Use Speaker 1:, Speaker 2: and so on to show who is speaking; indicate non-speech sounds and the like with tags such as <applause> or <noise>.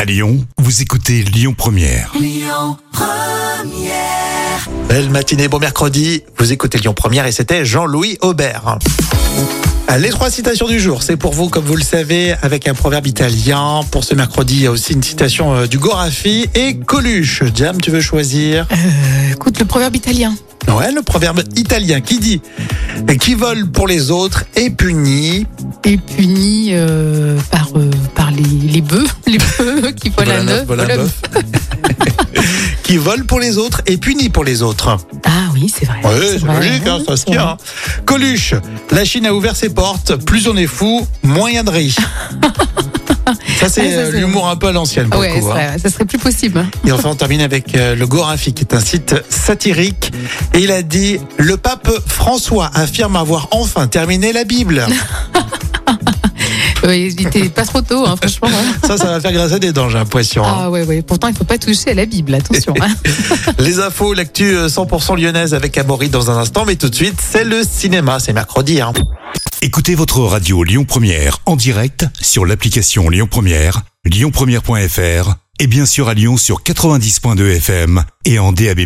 Speaker 1: À Lyon, vous écoutez Lyon Première.
Speaker 2: Belle matinée, bon mercredi. Vous écoutez Lyon Première et c'était Jean-Louis Aubert. Euh, Les trois citations du jour, c'est pour vous, comme vous le savez, avec un proverbe italien. Pour ce mercredi, il y a aussi une citation euh, du Gorafi et Coluche. Jam, tu veux choisir
Speaker 3: Écoute, le proverbe italien.
Speaker 2: Ouais, le proverbe italien qui dit « Qui vole pour les autres est puni
Speaker 3: est puni euh, par, euh, par les, les bœufs, <laughs> les bœufs qui » volent un œuf.
Speaker 2: Voilà un
Speaker 3: volent-
Speaker 2: bœuf. <laughs> Qui vole pour les autres est puni pour les autres.
Speaker 3: Ah oui, c'est vrai.
Speaker 2: Ouais,
Speaker 3: c'est
Speaker 2: c'est
Speaker 3: vrai,
Speaker 2: logique, hein, ça se
Speaker 3: c'est
Speaker 2: tient. hein. Coluche, la Chine a ouvert ses portes, plus on est fou, moins il y a de
Speaker 3: <laughs>
Speaker 2: riches. Ça, c'est
Speaker 3: Ouais, ça,
Speaker 2: euh,
Speaker 3: c'est
Speaker 2: l'humour un peu à l'ancienne pour
Speaker 3: vrai. Ah Ouais,
Speaker 2: le coup.
Speaker 3: c'est
Speaker 2: hein.
Speaker 3: vrai, ça serait plus possible. hein.
Speaker 2: Et enfin, on termine avec euh, le Gorafi, qui est un site satirique. Et il a dit Le pape François affirme avoir enfin terminé la
Speaker 3: <laughs>
Speaker 2: Bible.
Speaker 3: Ouais, Euh, évitez pas trop tôt, hein, franchement.
Speaker 2: <laughs>
Speaker 3: hein.
Speaker 2: ça, ça va faire grâce à des dents, j'ai l'impression. hein.
Speaker 3: Ah ouais, ouais. Pourtant, il faut pas toucher à la
Speaker 2: <laughs>
Speaker 3: Bible, attention. hein.
Speaker 2: Les infos, l'actu euh, 100% lyonnaise avec Amaury dans un instant, mais tout de suite, c'est le cinéma. C'est mercredi. hein.
Speaker 1: Écoutez votre radio Lyon Première en direct sur l'application Lyon Première, lyonpremière.fr et bien sûr à Lyon sur 90.2 FM et en DAB+.